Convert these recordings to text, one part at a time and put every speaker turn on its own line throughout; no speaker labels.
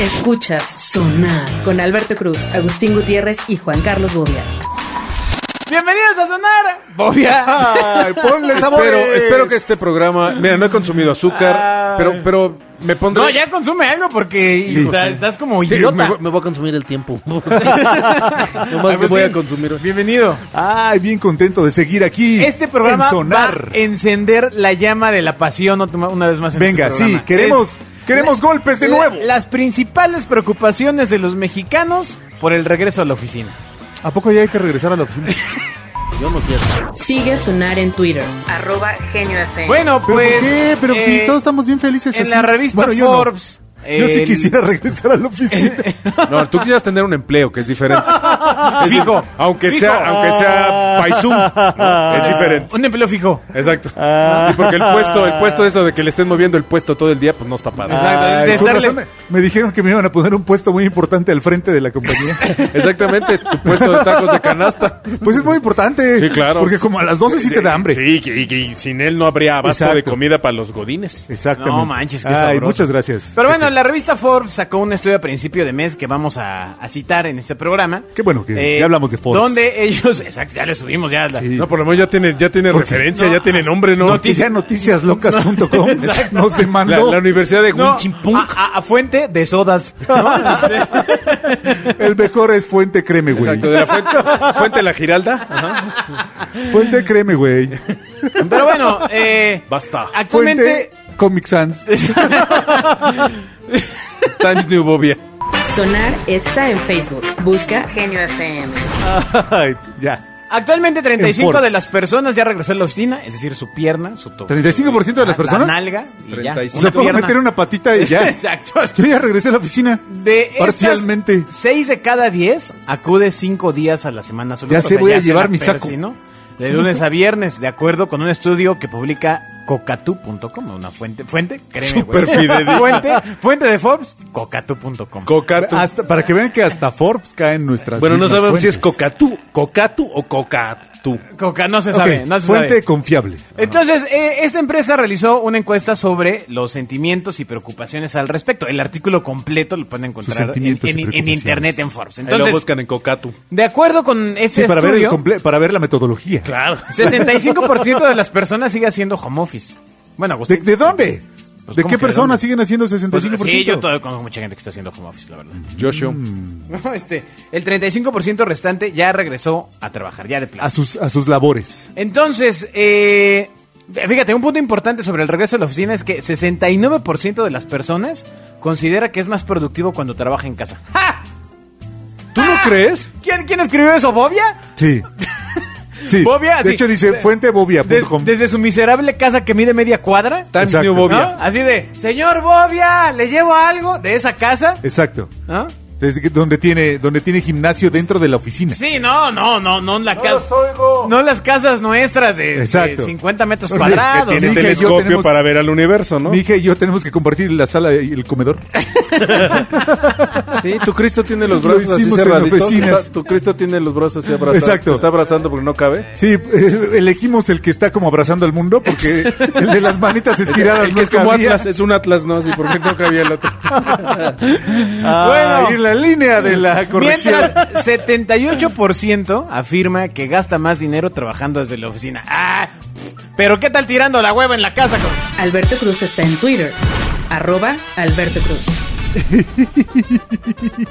Escuchas Sonar con Alberto Cruz, Agustín Gutiérrez y Juan Carlos Bobia.
Bienvenidos a Sonar. Bobia.
Ay, ponle sabores.
Espero, espero que este programa. Mira, no he consumido azúcar, pero, pero me pondré.
No, ya consume algo porque está- estás como
Sí,
idiota.
me, voy- me voy a consumir el tiempo. Nomás que voy a consumir.
Bienvenido.
Ay, bien contento de seguir aquí.
Este programa
en
va
sonar.
a encender la llama de la pasión otra- una vez más. En
Venga,
este
sí,
programa.
queremos, queremos golpes
Es
de nuevo.
Las principales preocupaciones de los mexicanos por el regreso a la oficina.
¿A poco ya hay que regresar a la oficina?
Yo no quiero.
Sigue a Sonar en Twitter, arroba Genio FM.
Bueno,
¿Pero
pues.
por qué? Pero
eh,
si todos estamos bien felices
en
así.
la revista
Bueno, yo no.
Forbes,
Yo sí
el-
quisiera regresar a la oficina.
No, tú quisieras tener un empleo que es diferente. Es
Fijo.
dif- Aunque
Fijo.
sea, aunque sea paisum, ¿no? es diferente.
Un empleo fijo.
Exacto. Sí, porque el puesto, el puesto eso de que le estén moviendo el puesto todo el día, pues no está padre.
Exacto.
Ay,
de
con
estarle-
razón me- me dijeron que me iban a poner un puesto muy importante al frente de la compañía.
Exactamente, tu puesto de tacos de canasta.
Pues es muy importante.
Sí, claro.
Porque como a las 12 sí te da hambre.
Sí, que- y, que- y sin él no habría abasto
Exacto.
de comida para los godines.
Exactamente.
No manches, qué
Ay,
sabroso.
muchas gracias.
Pero bueno, la revista Forbes sacó un estudio a principio de mes que vamos a, a citar en este programa. Eh,
Qué bueno que ya hablamos de Forbes.
Donde ellos, exacto, ya le subimos ya. la-
Sí.
No, por lo menos ya tiene, ya tiene
Porque-
referencia,
no.
ya tiene nombre, ¿no?
Y ya noticiaslocas.com nos
La,
demandó
la Universidad de
No,
Huichimpunk.
a, a- a fuente de sodas. ¿no? Este.
el mejor es Fuente Creme, güey.
Exacto, de la fuente, fuente La Giralda.
Fuente Creme, güey.
Pero bueno, eh,
Basta.
Actualmente,
Fuente Comic Sans.
Times New Bobia.
Sonar está en Facebook. Busca Genio FM.
Ay, ya.
actualmente
En
35
Forbes.
de las personas ya regresó a la oficina, es decir, su pierna, su tobillo.
35% de las
la-
personas?
La nalga y ya.
35.
O sea, puedo meter una patita y ya.
Exacto.
Yo ya regresé a la oficina.
De
Parcialmente.
6 de cada 10 acude 5 días a la semana a su
Ya
lugar.
sé, voy a
se
llevar
la
mi saco.
persinó. De lunes a viernes, de acuerdo con un estudio que publica cocatú.com, una fuente, fuente, créeme, güey.
Súper fidedigna.
Fuente, fuente de Forbes, cocatú.com.
Cocatu.
Hasta, para que vean que hasta Forbes cae en nuestras
Bueno, no
mismas
sabemos si es
fuentes.
Cocatú, Cocatú o Cocatú.
Coca, no se
Ok,
sabe, no se
Fuente
sabe.
confiable.
Entonces, eh, esta empresa realizó una encuesta sobre los sentimientos y preocupaciones al respecto. El artículo completo lo pueden encontrar en,
sentimientos y
en- en
preocupaciones.
internet, en Forbes.
Entonces, lo
Entonces,
buscan en Cocatú.
de acuerdo con
Sí,
este
para ver, el
estudio,
comple- para ver la metodología.
Claro.
65% de las personas sigue haciendo home office. Bueno,
¿De,
Agustín.
de dónde?
Pues,
¿De
¿cómo
qué
que de
personas
dónde?
siguen haciendo el 65%?
Pues, sí, yo todavía conozco mucha gente que está haciendo home office, la verdad.
Joshua.
No, este, el 35% restante ya regresó a trabajar, ya de
a,
plano.
sus, a sus labores.
Entonces, eh, fíjate, un punto importante sobre el regreso a la oficina es que 69% de las personas considera que es más productivo cuando trabaja en casa. ¡Ja!
¿Tú no crees?
¿Quién, quién escribió eso, Bobia?
Sí. Sí.
Bobia,
de
sí.
hecho dice
De-
fuente
Des-
bobia.com.
desde su miserable casa que mide media cuadra.
Times
Exacto.
New Bobia. Ah,
¿no? Así de, señor Bobia, ¿le llevo algo de esa casa?
Exacto.
¿No?
Desde que- donde tiene donde tiene gimnasio dentro de la oficina.
Sí, no, no, no, no la casa. No las casas nuestras de, de
Exacto.
50 metros
Que
cuadrados.
tiene
Tiene
¿no?
Dije, yo
telescopio
tenemos-
para ver al universo, ¿no?
Mi hija y yo tenemos que compartir la sala y el comedor.
Sí, tu Cristo tiene los
Lo
brazos así
hicimos en
cerraditos.
oficinas.
Está- Tu Cristo tiene los brazos así abrazados.
Exacto.
Te está abrazando porque no cabe.
Sí, eh, elegimos el que está como abrazando al mundo porque el de las manitas estiradas
El
no
que es como
cabía.
Atlas, es un Atlas, ¿no? Así porque no cabía el otro.
Ah,
Bueno.
y en la línea de la corrección.
Mientras 78% afirma que gasta más dinero trabajando desde la oficina. Ah, pero ¿qué tal tirando la hueva en la casa? co-
Alberto Cruz está en Twitter, arroba Alberto Cruz.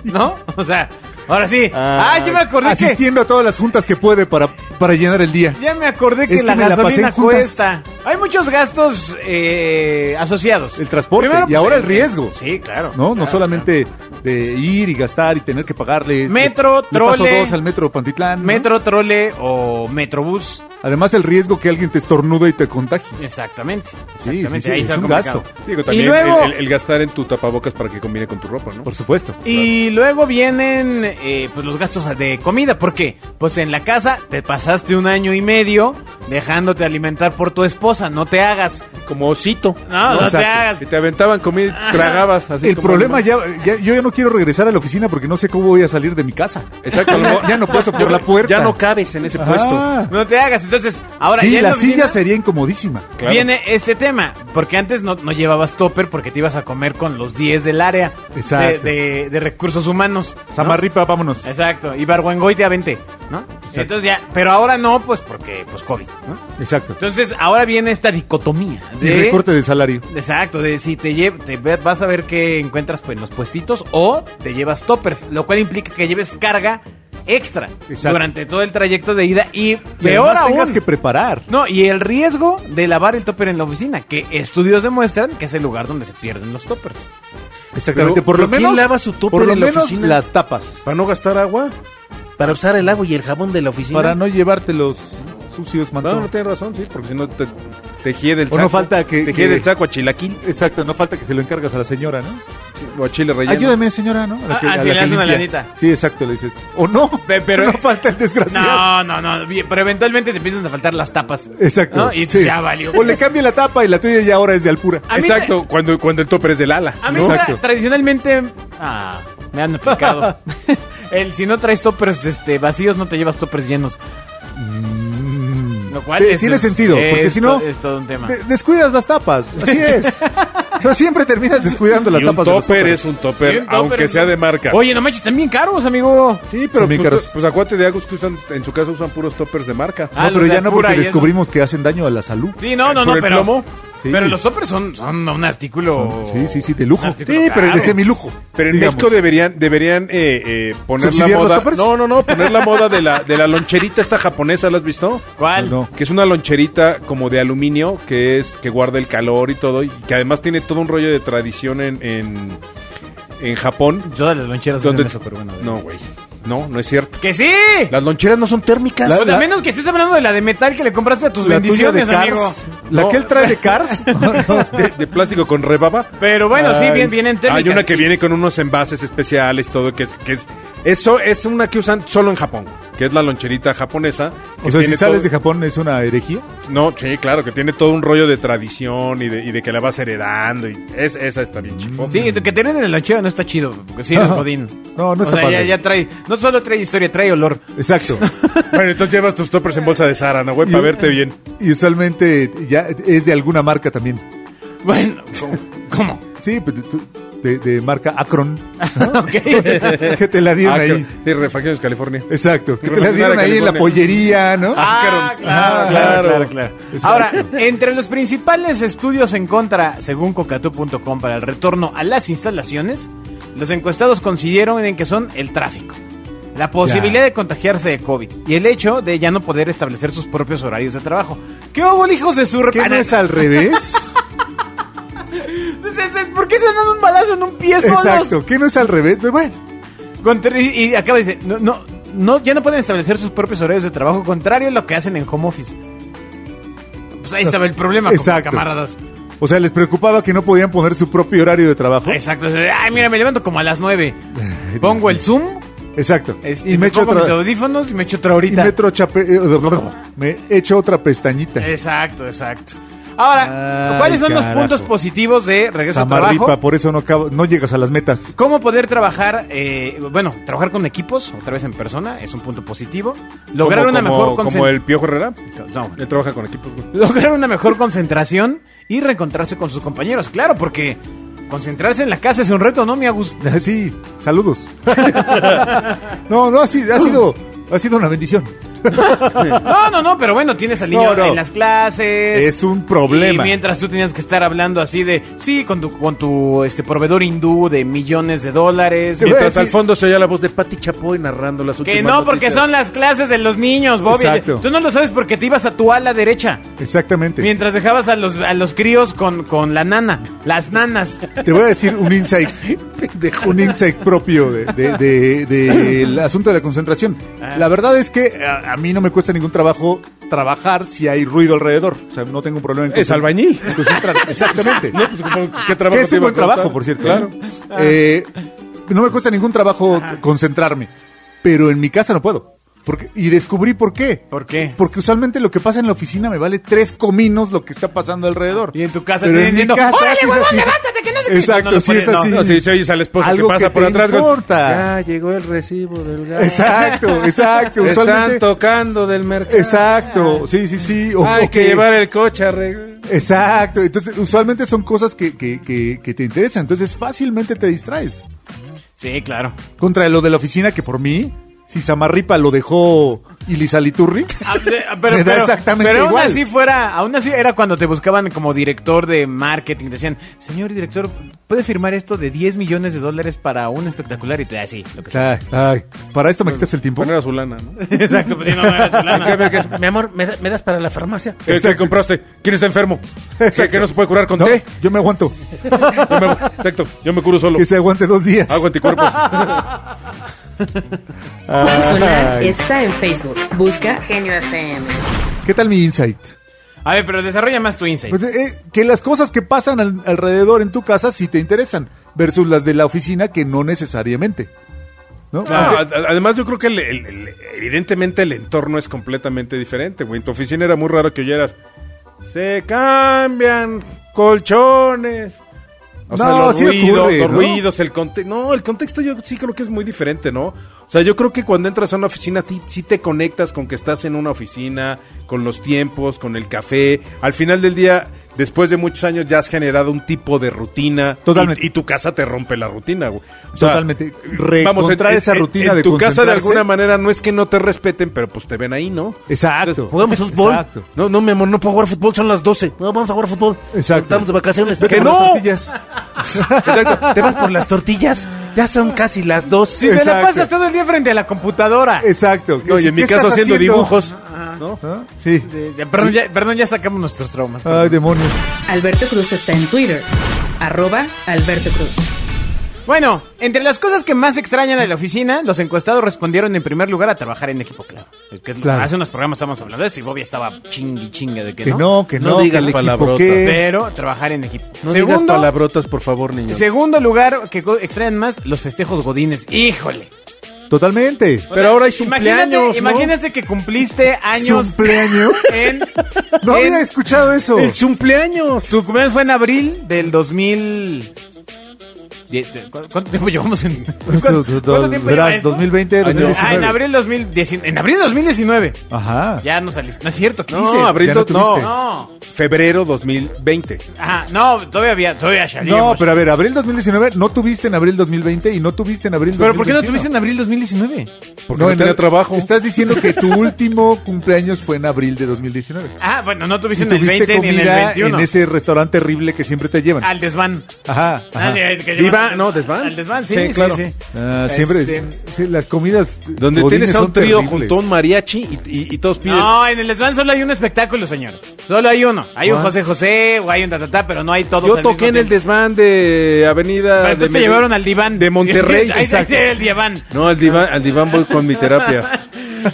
¿No? O sea, ahora sí. Ah, ya me acordé que
Asistiendo a todas las juntas que puede para, para llenar el día.
ya me acordé que
Es que
la
me la pasé
gasolina
en juntas.
cuesta. Hay muchos gastos eh, asociados. pues,
El transporte y ahora el riesgo.
Sí, claro.
¿No? no
Claro,
solamente de ir y gastar y tener que pagarle.
Metro,
Le paso
trole.
dos al metro Pantitlán.
claro.
¿no?
Metro, trole o metrobús.
Además, el riesgo que alguien te estornude y te contagie.
Exactamente. exactamente.
Sí, sí, sí,
ahí
es
está
un
complicado.
gasto.
Digo, también
y luego,
el, el- el gastar en tu tapabocas para que combine con tu ropa, ¿no?
Por supuesto.
Y luego vienen eh, pues los gastos de comida. ¿Por qué? Pues en la casa te pasaste un año y medio dejándote alimentar por tu esposa. No te hagas.
Como osito.
No, no, te
exacto.
hagas. Ah.
Si te aventaban comida, y tragabas así.
el
como
problema
animal.
ya, ya- Yo ya no quiero regresar a la oficina porque no sé cómo voy a salir de mi casa.
Exacto. a lo mejor-
Ya no paso por la puerta. Ah.
Ya no cabes en ese
Ajá.
puesto.
No te hagas. Entonces, ahora
sí,
ya en
la
oficina
silla sería incomodísima.
Claro.
viene este tema. Porque antes no, no llevabas topper porque te ibas a comer con los 10 del área de-
Exacto.
De, de recursos humanos. ¿no?
Samarripa, vámonos.
Exacto. Y Barguengoitia 20, ¿no? Entonces ya, pero ahora no, pues porque, pues COVID, ¿no?
Exacto.
Entonces, ahora viene esta dicotomía
Y
de...
recorte de salario.
Exacto, de si te, lle- te ve- vas a ver qué encuentras pues, en los puestitos o te llevas toppers, lo cual implica que lleves carga extra
Exacto.
durante todo el trayecto de ida y
Y
peor
además
aún.
tengas que preparar.
No, y el riesgo de lavar el topper en la oficina, que estudios demuestran que es el lugar donde se pierden los toppers.
Exactamente.
Pero,
por lo
¿quién
menos,
lava su tupper
por lo
en la
menos
oficina?
las tapas.
Para no gastar agua.
Para usar el agua y el jabón de la oficina.
Para no llevarte los sucios,
No,
mantón.
no tienes razón, sí, porque si no te, te hiede el
O
saco.
no falta que-
Te
que-
hiede el saco a chilaquil
Exacto, no falta que se lo encargas a la señora, ¿no?
o a chile relleno.
Ayúdame, señora, ¿no? A
Ah, ah, sí, le das una
limpia.
lanita.
Sí, exacto, le dices. O no,
Pe- pero-
no falta el desgraciado.
No, no, no, bien, pero eventualmente te empiezan a faltar las tapas.
Exacto.
¿no? Y
sí.
ya valió.
O le cambia la tapa y la tuya ya ahora es de Alpura.
A mí me-
Exacto, cuando, cuando el topper es del ala.
A mí
¿no?
tra-
Exacto.
tradicionalmente ah, me han aplicado. el si no traes toppers este, vacíos no te llevas toppers llenos. Lo cual
Mm. Te-
eso
tiene
es-
sentido,
es
porque si
to-
no-
es todo un tema.
De- descuidas las tapas, así es. Pero siempre terminas descuidando las
y un
tapas. de los
topper
tuppers.
es un
Y
topper,
un topper
aunque
es-
sea de marca.
Oye, no manches, están bien caros, amigo.
sí, pero
son bien
pues,
caros.
tú- pues acuérdate de Agus que usan, en su casa usan puros toppers de marca.
Ah,
No, pero
los de
ya no
Alpura
porque
y eso.
descubrimos que hacen daño a la salud.
Sí, no, no,
¿Por
no,
el
pero
plomo?
Sí.
Pero los toppers son, son un artículo.
Sí, sí, sí, de lujo.
Un artículo
Sí, pero
caro.
De semilujo.
Pero en
digamos.
México deberían, deberían eh, eh, poner la
¿Subsidiar los
moda.
toppers?
No, no, no, poner la moda de la, de la loncherita esta japonesa, ¿la has visto?
¿Cuál?
No, no.
Que es una loncherita como de aluminio que es que guarda el calor y todo y que además tiene todo un rollo de tradición en en, en Japón.
Yo de las loncheras
Donde-
hacen eso, pero bueno.
no, güey. No, no es cierto.
¡Que sí!
Las loncheras no son térmicas.
La-
O sea,
la-
menos que estés hablando de la de metal que le compraste a tus
La tuya
bendiciones,
de Cars,
amigo.
La
No.
que él trae de Cars.
de, de plástico con rebaba.
Pero bueno, sí,
Ay.
bien, vienen térmicas.
Hay una que viene con unos envases especiales, todo que es, que es eso es una que usan solo en Japón, que es la loncherita japonesa. que
o sea, si
tiene
sales
todo-
de Japón es una herejía.
No, sí, claro, que tiene todo un rollo de tradición y de, y de que la vas heredando. Y es, esa está bien chifón.
Sí, de que te den en el lonchero no está chido, porque sí, es jodín.
No, no
o
está
sea,
padre.
Ya, ya trae, no solo trae historia, trae olor.
Exacto.
Bueno, entonces llevas tus toppers en bolsa de Sara, ¿no, güey? Para
Y-
verte bien.
Y usualmente ya es de alguna marca también.
Bueno, ¿cómo? ¿Cómo?
Sí, pero tú- de, de marca Akron.
Ok.
que te la dieron
Ah,
ahí. Eh,
claro. Sí, Refacciones California.
Exacto. Que te la
Refacciones
dieron
de
ahí en la
California.
pollería, ¿no?
Ah,
Ácaro.
claro,
Ah,
claro, claro,
claro.
claro.
Exacto.
Ahora, entre los principales estudios en contra, según cocatú.com, para el retorno a las instalaciones, los encuestados consideraron en que son el tráfico, la posibilidad
Ya.
de contagiarse de COVID y el hecho de ya no poder establecer sus propios horarios de trabajo. ¿Qué hubo, hijos de su re-
¿Qué
Ah,
no
no,
es al revés?
Entonces, ¿Por qué se dan un balazo en un pie solos?
Exacto. ¿Qué no es al revés? Pero bueno.
Contra- y, y acaba de decir, no, no, no, ya no pueden establecer sus propios horarios de trabajo, contrario a lo que hacen en home office. Pues ahí estaba el problema, como
Exacto.
camaradas.
O sea, les preocupaba que no podían poner su propio horario de trabajo.
Exacto. o sea, Ay, mira, me levanto como a las 9.
Dios
Pongo el
mío.
Zoom,
Exacto.
este,
y me echo
pongo mis
otra,
audífonos y me echo otra
y
horita.
me echo chape- eh, blablabla. me echo otra pestañita.
Eh, Exacto, exacto. Ahora,
Ay,
¿cuáles son los
carajo.
puntos positivos de regreso a trabajo?
Samarripa, por eso no, acabo- no llegas a las metas.
¿Cómo poder trabajar, eh, bueno, trabajar con equipos, otra vez en persona, es un punto positivo. Lograr
Como-
una
como-
mejor
Como
concentración.
el Piojo Herrera. Él trabaja con equipos, güey.
lograr una mejor concentración y reencontrarse con sus compañeros. Claro, porque concentrarse en la casa es un reto, ¿no, mi Agus?
Ah, Sí, saludos. no, no, ha sido, ha sido, ha sido una bendición.
No, no, no, pero bueno, tienes al niño
No, no.
en las clases.
Es un problema.
Y mientras tú tenías que estar hablando así de, sí, con tu, con tu este, proveedor hindú de millones de dólares.
Te voy a
Mientras al
decir-
fondo se oía la voz de Pati Chapoy narrando las últimas
Que no, porque
noticias.
son las clases de los niños, Bobby.
Exacto.
Tú no lo sabes porque te ibas a tu ala derecha.
Exactamente.
Mientras dejabas a los, a los críos con, con la nana, las nanas.
Te voy a decir un insight, un insight propio del de, de- del asunto de la concentración.
Ah.
La verdad es que eh, a, a mí no me cuesta ningún trabajo trabajar si hay ruido alrededor. O sea, no tengo un problema en
Es
concent-
albañil.
en concentrar- Exactamente.
No, pues, ¿cómo- ¿Qué trabajo
Que es
te
un
iba a
buen trabajo,
costar? Ah.
por cierto.
Claro.
¿eh? Eh, no me cuesta ningún trabajo concentrarme, pero en mi casa no puedo. Porque, y descubrí por qué.
¿Por qué?
Porque usualmente lo que pasa en la oficina me vale tres cominos lo que está pasando alrededor.
Y en tu casa
Pero
te
en mi
diciendo,
casa
¡Órale,
sí es
huevón,
así.
levántate, que no sé qué!
Exacto,
No, no
sí
lo
es
ponen,
así.
No, si, si oyes al esposo que
Algo
pasa
que
por
te
atrás. güey.
Ya
importa.
llegó el recibo del gas.
Exacto, exacto.
Están
Usualmente,
tocando del mercado.
Ah.
exacto, sí, sí, sí. o-
Hay
o
que llevar el coche a arreglar.
Exacto, entonces usualmente son cosas que, que, que, que te interesan, entonces fácilmente te distraes.
Sí, claro.
Contra lo de la oficina que por mí, si Samarripa lo dejó Ilizaliturri,
Ah, de- ah, Pero,
Me da
pero-
exactamente
pero
igual.
aún así fuera, aún así era cuando te buscaban como director de marketing, decían, señor director, ¿puede firmar esto de 10 millones de dólares para un espectacular? Y tú así, lo que
o
sea.
sea, ay, para esto me quitas el tiempo.
Poner a su lana, ¿no?
Exacto, pues sí, no, no, no, no, no.
Mi amor, ¿me, da- me das para la farmacia?
¿Qué, qué compraste? ¿Quién está enfermo? ¿Qué, que no se puede curar con
No,
té?
yo me aguanto,
Yo me- exacto, yo me curo solo.
que se aguante dos días.
Hago anticuerpos.
Sonar
Ay.
está en Facebook. Busca Genio FM.
¿Qué tal mi insight?
A ver, pero desarrolla más tu insight.
Pues, eh, que las cosas que pasan al- alrededor en tu casa sí te interesan, versus las de la oficina que no necesariamente. ¿no? Ah,
No, ad- además, yo creo que el- el- el- evidentemente el entorno es completamente diferente, güey. En tu oficina era muy raro que oyeras. Se cambian colchones. O sea,
No,
los,
sí
ruidos,
ocurre,
los
¿no?
ruidos, el contexto. No, el contexto yo sí creo que es muy diferente, ¿no? O sea, yo creo que cuando entras a una oficina, ti- sí te conectas con que estás en una oficina, con los tiempos, con el café. Al final del día, después de muchos años, ya has generado un tipo de rutina.
Totalmente.
Y, y tu casa te rompe la rutina, güey. O
Totalmente.
vamos
Reencontrar esa rutina de
tu casa de
concentrarse.
alguna manera no es que no te respeten, pero pues te ven ahí, ¿no?
Exacto.
¿Jugamos fútbol?
Exacto.
No, no, mi amor, no puedo jugar fútbol, son las 12. No, "Pues, vamos a jugar fútbol.
Exacto.
Estamos de vacaciones.
Vete
¡Que
por las
no!
tortillas.
Exacto. ¿Te vas por las tortillas? Ya son casi las 12.
Si te la
Exacto.
pasas todo el día frente a la computadora.
Exacto.
No, y en
¿Qué
mi caso
estás
haciendo, dibujos.
¿Ah? Sí.
Eh, ya, Perdón ya, perdón, ya sacamos nuestros traumas.
Ay, demonios.
Alberto Cruz está en Twitter. Arroba Alberto Cruz.
Bueno, entre las cosas que más extrañan de la oficina, los encuestados respondieron en primer lugar a trabajar en equipo, claro. Es que es lo-
Claro.
Hace unos programas estábamos hablando de esto y Bobby estaba chingui chingue de que,
Que no, que
No
no. que el
digas
equipo
palabrotas.
que-
Pero trabajar en equipo.
No digas
segundo,
palabrotas, por favor, niño.
segundo lugar que co- extrañan más, los festejos godines. Híjole.
Totalmente.
Pero ahora hay
Imagínate,
cumpleaños, ¿no?
imagínate que cumpliste años
¿Cumpleaños?
en...
No
en-
había escuchado eso.
El cumpleaños. Tu cumpleaños fue en abril del 2000. Die- de- ¿cu- ¿Cuánto tiempo llevamos en.? ¿Cuánto, cuánto tiempo lleva
Verás,
esto?
2020,
Ah,
2019.
en abril 2019. En abril 2019.
Ajá.
Ya no saliste. No es cierto, ¿qué
No,
dices?
abril
Ya no
do- no,
tuviste.
No.
febrero 2020.
Ajá, no, todavía había. Todavía salíamos.
No, pero a ver, abril 2019 no tuviste en abril 2020 y no tuviste en abril
¿Pero por qué no
2021?
tuviste en abril 2019?
Porque no,
en
tenía
ar-
trabajo.
Estás diciendo que tu último cumpleaños fue en abril de 2019.
Ah, bueno, no tuviste
Y
en el 20 ni en el 21.
en ese restaurante terrible que siempre te llevan.
Al desván.
Ajá.
Ah,
ajá.
sí, que llevas-
Diva, no, desván.
Al desván, sí,
Sí,
sí,
claro.
sí.
Ah, siempre
Este,
sí, las comidas
Donde
godines
tienes a
son
un trío
terribles.
junto a un mariachi y, y- y todos piden.
No, en el desván solo hay un espectáculo, señor. Solo hay uno. Hay un José José o hay un tatatá, pero no hay todos.
Yo
al mismo
toqué en el
tiempo.
desván de Avenida.
Pero
de
entonces te
Medellín.
llevaron al diván.
De Monterrey.
Ahí está
exacto.
el diván.
No, al diván, al diván voy con mi terapia.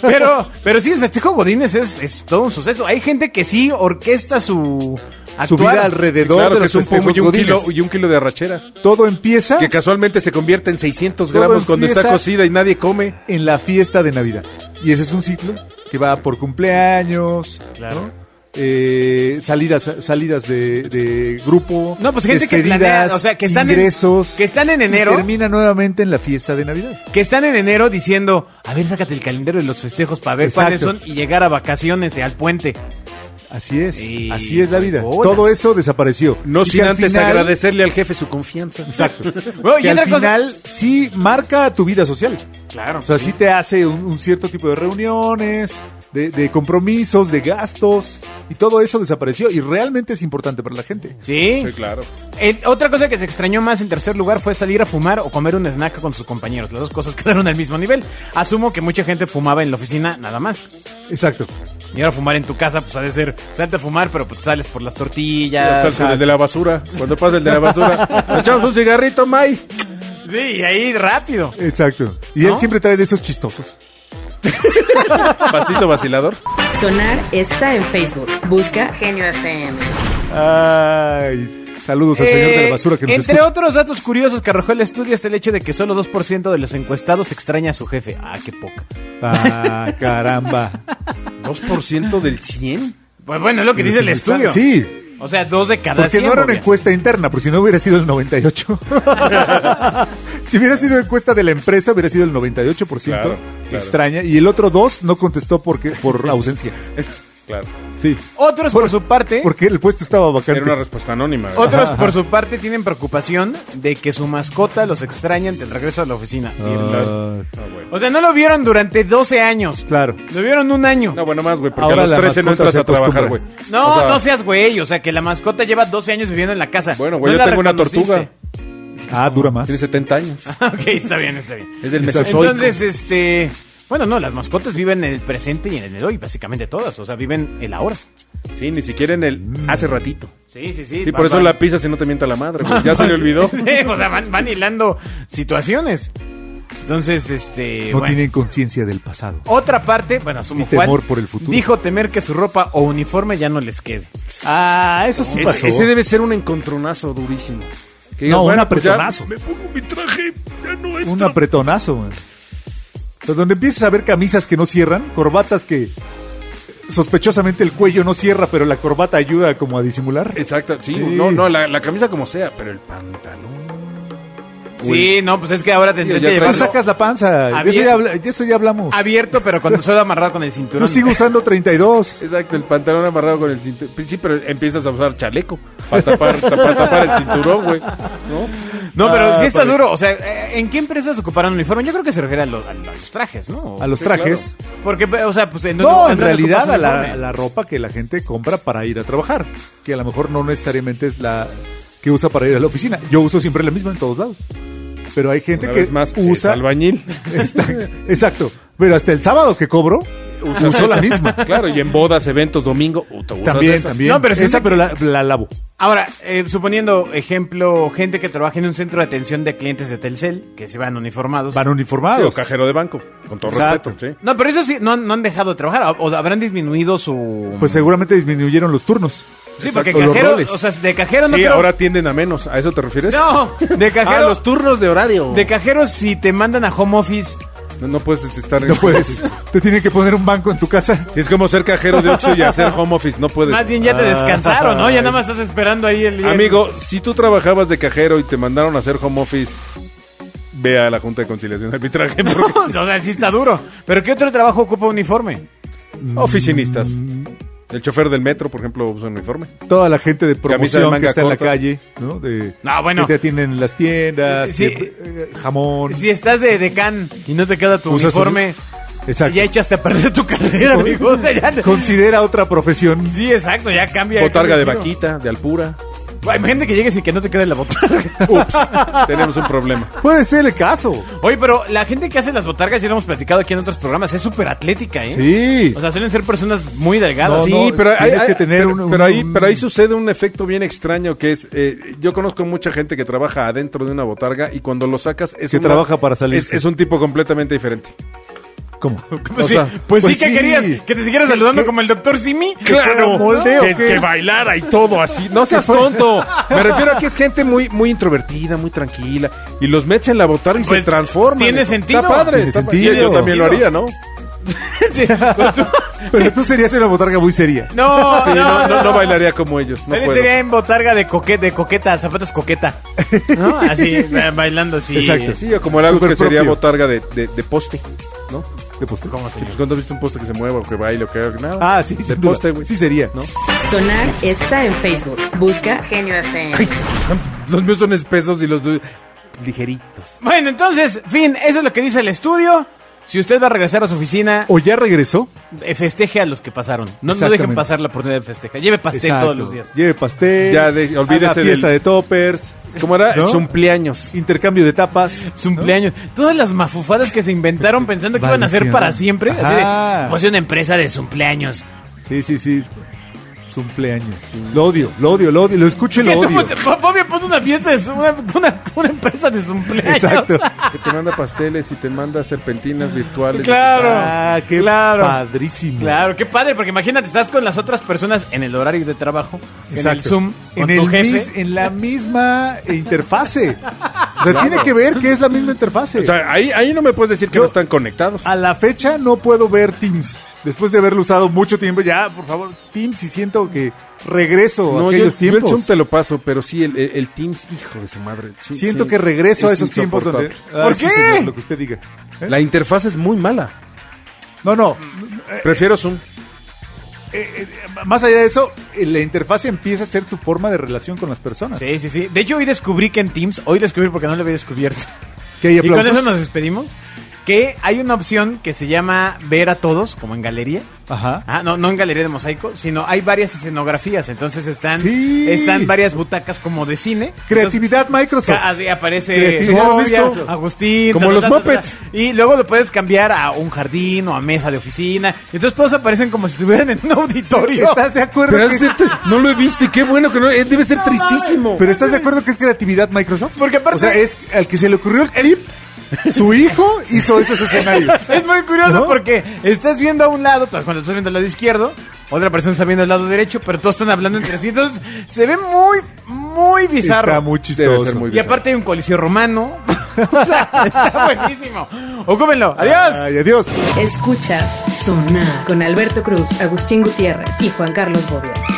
Pero, pero sí, el festejo Godínez es, es todo un suceso. Hay gente que sí orquesta su
su
actuar.
vida alrededor
claro
de
que
los
es un pomo
festejos
y un, kilo,
godines.
y un kilo de arrachera.
Todo empieza
Que casualmente se convierte en 600
Todo
gramos cuando está
empieza-
cocida y nadie come.
en la fiesta de Navidad. Y ese es un ciclo que va por cumpleaños, ¿no? Eh, salidas salidas de, de grupo,
No, pues gente que
despedidas,
planea, o sea, que están en-
ingresos,
que están en
y
enero.
termina nuevamente en la fiesta de Navidad.
Que están en enero diciendo, a ver, sácate el calendario de los festejos para ver
Exacto.
cuáles son y llegar a vacaciones eh, al puente.
Así es,
Y-
así es la vida.
bolas.
Todo eso desapareció.
No
Y
sin
que al
antes
final-
agradecerle al jefe su confianza.
Exacto.
Bueno, y
que al
otra cosa-
final sí marca tu vida social.
Claro.
O sea, sí te hace un, un cierto tipo de reuniones, de, de compromisos, de gastos, y todo eso desapareció y realmente es importante para la gente.
Sí.
Sí, claro.
Eh, otra cosa que se extrañó más en tercer lugar fue salir a fumar o comer un snack con sus compañeros. Las dos cosas quedaron al mismo nivel. Asumo que mucha gente fumaba en la oficina nada más.
Exacto.
Y ahora fumar en tu casa, pues ha de ser, salte a fumar, pero pues sales por las tortillas.
Salsa del de la basura. Cuando pasa el de la basura. "Nos Echamos un cigarrito, May.
Sí, y ahí rápido.
Exacto. Y
¿No?
él siempre trae de esos chistosos.
Pastito vacilador.
Sonar está en Facebook. Busca Genio FM.
Ay. Saludos al señor de la basura que nos
Eh, Entre
escucha.
otros datos curiosos que arrojó el estudio es el hecho de que solo 2% de los encuestados extraña a su jefe. Ah, qué poca.
Ah, caramba.
¿2% del 100?
Pues bueno, es lo que dice el estudio.
Sí.
O sea, dos de cada
Porque
100.
no era una
obvia.
encuesta interna, porque si no hubiera sido el 98. si hubiera sido encuesta de la empresa, hubiera sido el 98%.
Claro, claro.
Extraña. Y el otro 2 no contestó porque, por ausencia.
Claro.
Sí.
Otros por, su parte.
Porque el puesto estaba vacante.
Era una respuesta anónima. ¿verdad?
Otros por su parte tienen preocupación de que su mascota los extraña ante el regreso a la oficina.
Ah,
Ah, bueno.
O sea, no lo vieron durante 12 años.
claro.
Lo vieron un año.
No, bueno, más, güey, porque
Ahora
a los
la
13 no
mascota
entras
se
a trabajar, güey.
acostumbra.
No,
O sea,
no seas güey, o sea que la mascota lleva 12 años viviendo en la casa.
Bueno,
No
güey, yo
la
tengo una
reconociste.
tortuga.
Ah, dura más.
Tiene 70 años.
ok, está bien, está bien.
Es del
Exacto.
Mesozoico.
Entonces, este, bueno, no, las mascotas viven en el presente y en el hoy, básicamente todas, o sea, viven el ahora.
Sí, ni siquiera en el hace ratito.
Sí, sí, sí.
Sí, por eso la pizza si no te mienta la madre, güey. Ya se le olvidó.
Sí, o sea, van, van hilando situaciones. Entonces, este,
No
bueno.
tienen conciencia del pasado.
Otra parte, bueno, asumo
Y temor
Juan,
por el futuro.
Dijo temer que su ropa o uniforme ya no les quede.
Ah, eso sí
Ese, ese debe ser un encontronazo durísimo. Que digas,
No, un
bueno, pues ya
apretonazo.
Me pongo mi traje, ya no entra.
Un apretonazo, man. Pero donde empiezas a ver camisas que no cierran, corbatas que sospechosamente el cuello no cierra, pero la corbata ayuda como a disimular.
Exacto, sí,
Sí.
no, no, la, la camisa como sea, pero el pantalón.
Sí, no, pues es que ahora tendría
ya
que
traes-
Más
llevarlo
sacas la panza. De eso,
Había-
ya habla- de eso ya
Ah,
hablamos.
abierto, pero con solo amarrado con el cinturón.
Yo sigo usando 32.
Exacto, el pantalón amarrado con el cinturón. Pues Sí, pero empiezas a usar chaleco para tapar, para tapar el cinturón, güey. ¿No?
No, pero
Ah,
sí está
padre.
duro. O sea, eh, ¿en qué empresas ocuparán uniforme? Yo creo que se refiere a, lo- a los trajes, ¿no?
A los
Sí,
trajes.
Porque, o sea, pues...
No, en
dónde
realidad
ocupas
a la,
uniforme?
la ropa que la gente compra para ir a trabajar, que a lo mejor no necesariamente es la que usa para ir a la oficina. Yo uso siempre la misma en todos lados. Pero hay gente
Una
que
vez más, es
usa
albañil.
Exacto, exacto. Pero hasta el sábado que cobro,
Usas
uso la
esa.
misma.
Claro, y en bodas, eventos, domingo, uh, te usas
También,
esa.
también.
No, pero sí
esa,
sé
pero la, la lavo.
Ahora, eh, suponiendo, ejemplo, gente que trabaja en un centro de atención de clientes de Telcel, que se van uniformados.
Van
Sí, o
uniformados.
cajero de banco, con todo
Exacto.
respeto, sí.
No, pero eso sí, no, han- no han dejado de trabajar. O o habrán disminuido su...
pues seguramente disminuyeron los turnos.
Sí, porque
Exacto, los
cajero,
roles.
o sea, de cajero no
Sí,
creo-
ahora tienden a menos, ¿a eso te refieres?
No, de
Ah,
cajero,
los turnos de horario.
de cajero si te mandan a home office,
No, no puedes estar en
No puedes. Te tienen que poner un banco en tu casa.
Si es como ser cajero de Oxxo y hacer home office, no puedes.
más bien ya te
Ah.
descansaron, ¿no? Ya nada más estás esperando ahí el...
Amigo, si tú trabajabas de cajero y te mandaron a hacer home office, ve a la Junta de Conciliación y Arbitraje. porque-
Pues, o sea, sí está duro. Pero ¿qué otro trabajo ocupa uniforme?
Oficinistas. El chofer del metro, por ejemplo, usa uniforme.
Toda la gente de promoción
manga
que está en
corta.
la calle, ¿no? De,
No, bueno.
Que te atienden en las tiendas,
Sí.
siempre, eh, jamón.
Si estás de decán y no te queda tu
Usas
uniforme,
Exacto.
ya echaste a perder tu carrera, amigo. O sea, ya-
Considera otra profesión.
Sí, exacto, ya cambia.
Botarga de
cambia el
vaquita, de alpura.
giro. Ay, Imagínate que llegues y que no te quede la botarga.
Ups, tenemos un problema.
Puede ser el caso.
Oye, pero la gente que hace las botargas, ya lo hemos platicado aquí en otros programas, es súper atlética, ¿eh?
Sí.
O sea, suelen ser personas muy delgadas.
No,
sí,
no,
pero
tienes
hay-
que tener
pero-
un-
pero ahí,
un-
pero ahí sucede un efecto bien extraño que es, eh, yo conozco mucha gente que trabaja adentro de una botarga y cuando lo sacas es
Que
una-
trabaja para salirse.
es- es un tipo completamente diferente.
¿Cómo?
Pues,
O
sí,
sea,
pues sí
pues
que
sí.
querías que te siguieras saludando como el doctor Simi.
fuera molde,
que,
¿o qué?
que bailara y todo así. No seas tonto. Me refiero a que es gente muy, muy introvertida, muy tranquila. Y los metes en la botarga y
Pues,
se transforman.
tiene sentido.
Está padre.
Tiene
está pa-
sentido.
Yo también lo haría, ¿no?
Pero tú serías una botarga muy seria.
No,
Sí,
no,
no, no, no bailaría como ellos. No
Él
puedo.
estaría en botarga de, coque- de coqueta, zapatos coqueta. ¿No? Así, eh, bailando así.
Exacto.
Pues Sí, o como el algo
Súper
que sería
propio.
botarga de, de, de poste, ¿no?
¿Te posté?
Sí, pues cuando has visto un poste que se mueva o que baile o que haga nada.
Ah, sí,
de
sin duda.
poste, güey.
Sí sería.
¿No?
Sonar está en Facebook. Busca Genio FM.
Los míos son espesos y los tuyos ligeritos.
Bueno, entonces, fin, eso es lo que dice el estudio. Si usted va a regresar a su oficina,
¿O ya regresó?
eh, festeje a los que pasaron. No, no dejen
Exactamente.
pasar la oportunidad de festejar. Lleve pastel
Exacto.
todos los días.
Lleve pastel.
Ya de- olvídese
haga fiesta
del-
de toppers.
¿Cómo era?
¿No?
Es cumpleaños.
Intercambio de tapas.
Su cumpleaños. Todas las mafufadas que se inventaron pensando que iban a ser
Valenciana.
para siempre. Así de,
Ajá.
pues una empresa de cumpleaños.
Sí, sí, sí. Cumpleaños. Lo odio, lo odio, lo odio. Lo escucho y lo
¿Qué,
odio.
tú- pues, Bobby puso una fiesta de su- una, una- una empresa de cumpleaños.
Exacto.
Que te manda pasteles y te manda serpentinas virtuales.
Claro.
Ah, qué
Claro.
padrísimo.
Claro, qué padre, porque imagínate, estás con las otras personas en el horario de trabajo, en el
Exacto.
Zoom, con
en, el
tu jefe.
mis- en la misma interfase. O sea, tiene que ver que es la misma interfase.
O sea, ahí, ahí no me puedes decir que
Yo- Ah,
no están conectados.
a la fecha no puedo ver Teams. Después de haberlo usado mucho tiempo, ya, por favor, Teams, y siento que regreso a
No, yo,
aquellos
yo el
tiempos.
Zoom te lo paso, pero sí, el, el- el Teams, hijo de su madre. Sí,
Siento
sí,
que regreso a
es
esos tiempos donde.
insoportable.
Ay,
¿Por
sí,
qué?
señor, lo que usted diga. ¿Eh?
La interfaz es muy mala.
No, no.
Prefiero Zoom.
eh, eh, más allá de eso, eh, la interfaz empieza a ser tu forma de relación con las personas.
Sí, sí, sí. De hecho, hoy descubrí que en Teams, hoy descubrí porque no lo había descubierto.
Que hay
Y con
aplausos.
eso nos despedimos. Que hay una opción que se llama ver a todos, como en galería.
Ajá.
Ah, no, no en galería de mosaico, sino hay varias escenografías. Entonces están,
Sí.
están varias butacas como de cine.
Creatividad Microsoft.
Entonces, ca- aparece
Creatividad,
Fobias,
¿visto?
Agustín,
Como los Muppets.
Y luego lo puedes cambiar a un jardín o a mesa de oficina. Entonces todos aparecen como si estuvieran en un auditorio.
¿Estás de acuerdo?
Pero
que
es-
es-
no lo he visto y qué bueno que no. eh, Debe ser tristísimo.
pero estás de acuerdo que es creatividad Microsoft?
Porque aparte-
o sea, es al que se le ocurrió el clip, su hijo hizo esos escenarios.
Es muy curioso
¿No?
porque estás viendo a un lado, todas- cuando estás viendo al lado izquierdo, otra persona está viendo al lado derecho, pero todos están hablando entre sí. Entonces se ve muy, muy bizarro.
Está muy chistoso.
Debe ser muy
y aparte hay un coliseo romano. O sea, está buenísimo. Ocúpenlo. Adiós.
Ay, adiós.
Escuchas Sonar con Alberto Cruz, Agustín Gutiérrez y Juan Carlos Bobia.